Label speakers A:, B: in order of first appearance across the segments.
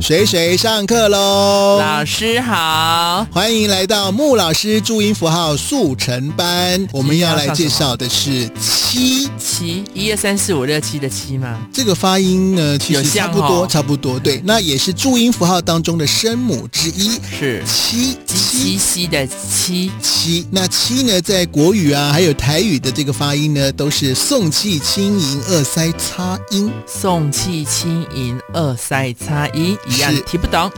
A: 水水上课喽！
B: 老师好，
A: 欢迎来到穆老师注音符号速成班。我们要来介绍的是“七
B: 七一二三四五六七的七吗？”
A: 这个发音呢，其实
B: 有
A: 差
B: 像
A: 不多，
B: 哦
A: 差不多。对，那也是注音符号当中的声母之一。
B: 是
A: 七
B: 七七夕的七，
A: 七，那七呢，在国语啊，还有台语的这个发音呢，都是送气轻盈二塞擦音。
B: 送气轻盈二塞差一一样
A: 是
B: 听不懂。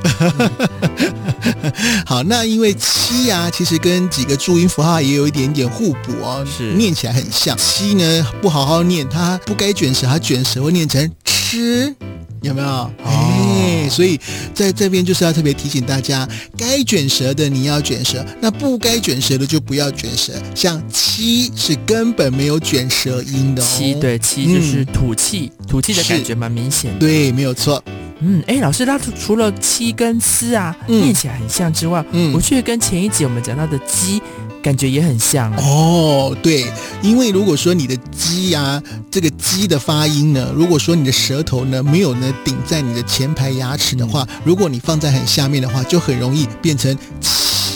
A: 好，那因为七啊，其实跟几个注音符号也有一点点互补哦，
B: 是
A: 念起来很像。七呢不好好念，它不该卷舌，它卷舌会念成吃，有没有？
B: 哦
A: 哎、所以在这边就是要特别提醒大家，该卷舌的你要卷舌，那不该卷舌的就不要卷舌。像七是根本没有卷舌音的哦。
B: 七对七就是吐气，吐气的感觉蛮明显的。
A: 对，没有错。
B: 嗯，哎，老师，那除除了七跟四啊，
A: 嗯
B: 念起来很像之外，
A: 嗯
B: 我觉得跟前一集我们讲到的鸡，感觉也很像啊。
A: 哦，对，因为如果说你的“鸡”呀，这个“鸡”的发音呢，如果说你的舌头呢没有呢顶在你的前排牙齿的话，如果你放在很下面的话，就很容易变成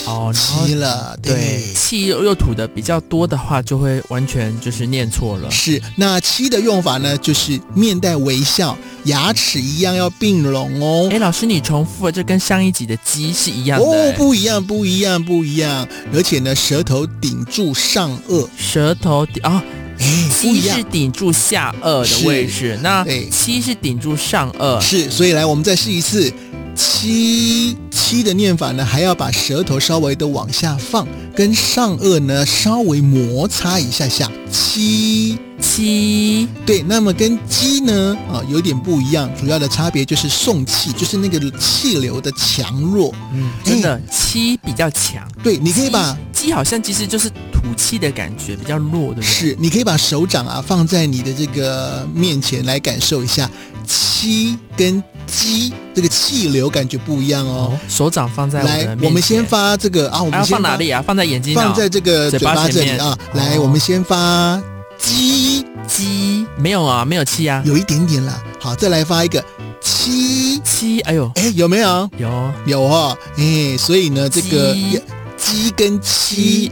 B: 哦，然后
A: 鸡了。对。
B: 对，气又又吐的比较多的话，就会完全就是念错了。
A: 是，那七的用法呢，就是面带微笑，牙齿一样要并拢哦。
B: 哎，老师，你重复了，这跟上一集的鸡是一样的哎
A: 哦，
B: 诶。
A: 不一样，不一样，不一样。而且呢，舌头顶住上颚，
B: 舌头顶啊，
A: 哎，不
B: 鸡
A: 一样
B: 是。顶住下颚的位置，那
A: 对
B: 七是顶住上颚。
A: 是，所以来我们再试一次。七七的念法呢，还要把舌头稍微的往下放，跟上颚呢稍微摩擦一下下。七
B: 七
A: 对，那么跟鸡呢啊有点不一样，主要的差别就是送气，就是那个气流的强弱。
B: 嗯，真的七比较强。
A: 对，你可以把
B: 鸡鸡好像其实就是吐气的感觉比较弱，对不对？
A: 是，你可以把手掌啊放在你的这个面前来感受一下，七跟鸡这个气流感觉不一样哦
B: 哦，手掌放在我们的
A: 来，
B: 面
A: 我们先
B: 前
A: 发这个啊，我
B: 还
A: 们
B: 要
A: 先
B: 放
A: 发
B: 哪里啊？放在眼睛啊、
A: 放在这个嘴巴这里啊
B: 嘴巴。前面
A: 来，
B: 哦
A: 我们先发鸡，
B: 鸡没有啊，没有气啊。
A: 有一点点啦。好，再来发一个七，
B: 七，哎呦，
A: 哎，有没有？
B: 有
A: 有哦，哎，所以呢，这个
B: 鸡
A: 鸡跟
B: 七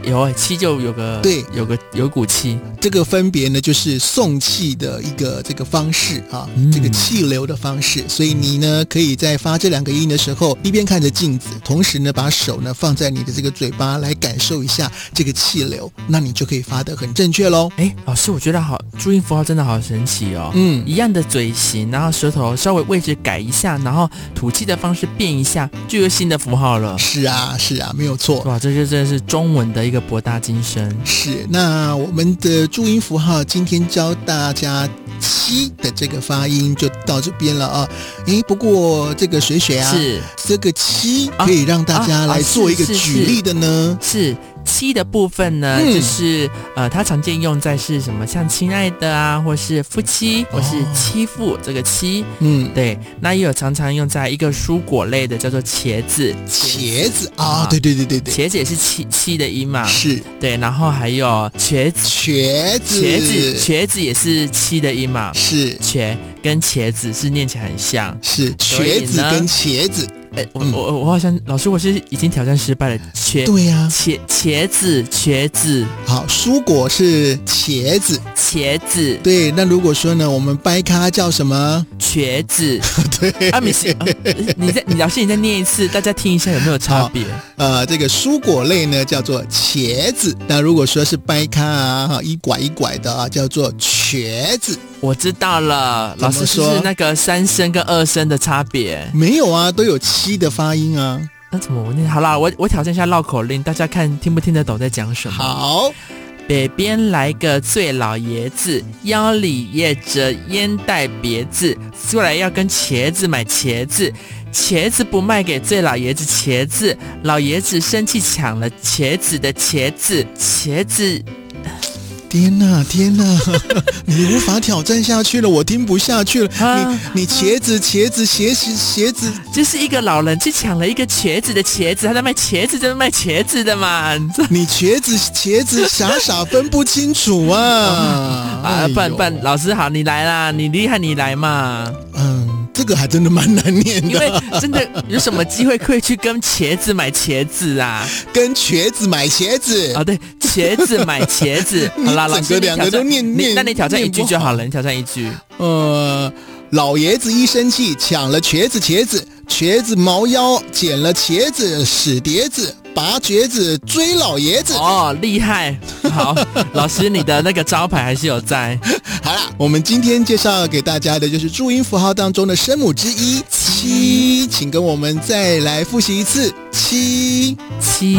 A: 七
B: 有哎，七就有个
A: 对
B: 有个有股气。
A: 这个分别呢，就是送气的一个这个方式啊，
B: 嗯
A: 这个气流的方式。所以你呢，可以在发这两个音的时候，一边看着镜子，同时呢，把手呢放在你的这个嘴巴来感受一下这个气流，那你就可以发得很正确喽。
B: 哎，老师，我觉得好，注音符号真的好神奇哦。
A: 嗯，
B: 一样的嘴型，然后舌头稍微位置改一下，然后吐气的方式变一下，就有新的符号了。
A: 是啊，是啊，没有错。
B: 哇，这就真的是中文的一个博大精深。
A: 是，那我们的注音符号今天教大家“七”的这个发音就到这边了啊。诶，不过这个水水啊，
B: 是
A: 这个“七”
B: 啊
A: 可以让大
B: 啊
A: 家
B: 啊
A: 来做一个
B: 是是
A: 举例的呢。
B: 是七的部分呢，
A: 嗯
B: 就是呃，它常见用在是什么，像亲爱的啊，或是夫妻，或是
A: 哦
B: 欺负、这个欺。
A: 嗯，
B: 对，那也有常常用在一个蔬果类的，叫做茄子。
A: 茄子啊，
B: 啊
A: 对对对对对，
B: 茄啊子也是七七的音嘛，
A: 是
B: 对，然后还有茄子，
A: 茄子，
B: 茄子，茄子也是七的音嘛，
A: 是
B: 茄跟茄子是念起来很像。
A: 是
B: 所以
A: 茄子
B: 呢
A: 跟茄子，
B: 哎，我
A: 嗯
B: 我我好像老师，我是已经挑战失败了。茄
A: 对呀、
B: 茄茄子茄子
A: 好，蔬果是茄子，
B: 茄子
A: 对。那如果说呢，我们掰咖叫什么？
B: 茄子，
A: 对
B: 啊，没事，啊你再你老师你再念一次，大家听一下有没有差
A: 好
B: 别？
A: 呃，这个蔬果类呢叫做茄子，那如果说是掰咖啊，哈一拐一拐的啊，叫做茄子。
B: 我知道了，
A: 怎
B: 老
A: 么
B: 师就
A: 说
B: 是那个三声跟二声的差别。
A: 没有啊，都有七的发音啊。
B: 那怎么我念？好啦，我我挑战一下绕口令，大家看听不听得懂在讲什么？，
A: 好，
B: 北边来个醉老爷子，腰里掖着烟袋别子，过来要跟茄子买茄子。茄子不卖给醉老爷子，茄子老爷子生气抢了茄子的茄子，茄子
A: 天哪，天哪， 你无法挑战下去了，我听不下去了
B: 啊。
A: 你你茄子茄子茄子茄子，
B: 就是一个老人去抢了一个茄子的茄子，他在卖茄子，就是卖茄子的嘛，你知道
A: 你茄子茄子傻傻分不清楚啊。
B: 啊
A: 哎，呦
B: 笨笨，老师好，你来啦，你厉害，你来嘛。
A: 嗯，这个还真的蛮难念
B: 因
A: 的，
B: 为真的有什么机会可以去跟茄子买茄子啊？
A: 跟瘸子买鞋子。
B: 啊，对，茄子买茄子。
A: 你
B: 好啦，老
A: 整
B: 师，
A: 个
B: 你
A: 两个
B: 挑
A: 都
B: 战
A: 念
B: 你
A: 念
B: 那你挑战一
A: 念
B: 句
A: 不
B: 就好
A: 好
B: 了，你挑战一句。
A: 呃，老爷子一生气，抢了瘸子茄子，瘸子猫腰，捡了茄子，使碟子，拔橛子，追老爷子。
B: 哦，厉害！好，老师，你的那个招牌还是有在。
A: 好啦，我们今天介绍给大家的就是注音符号当中的声母之一七，请跟我们再来复习一次七。
B: 七。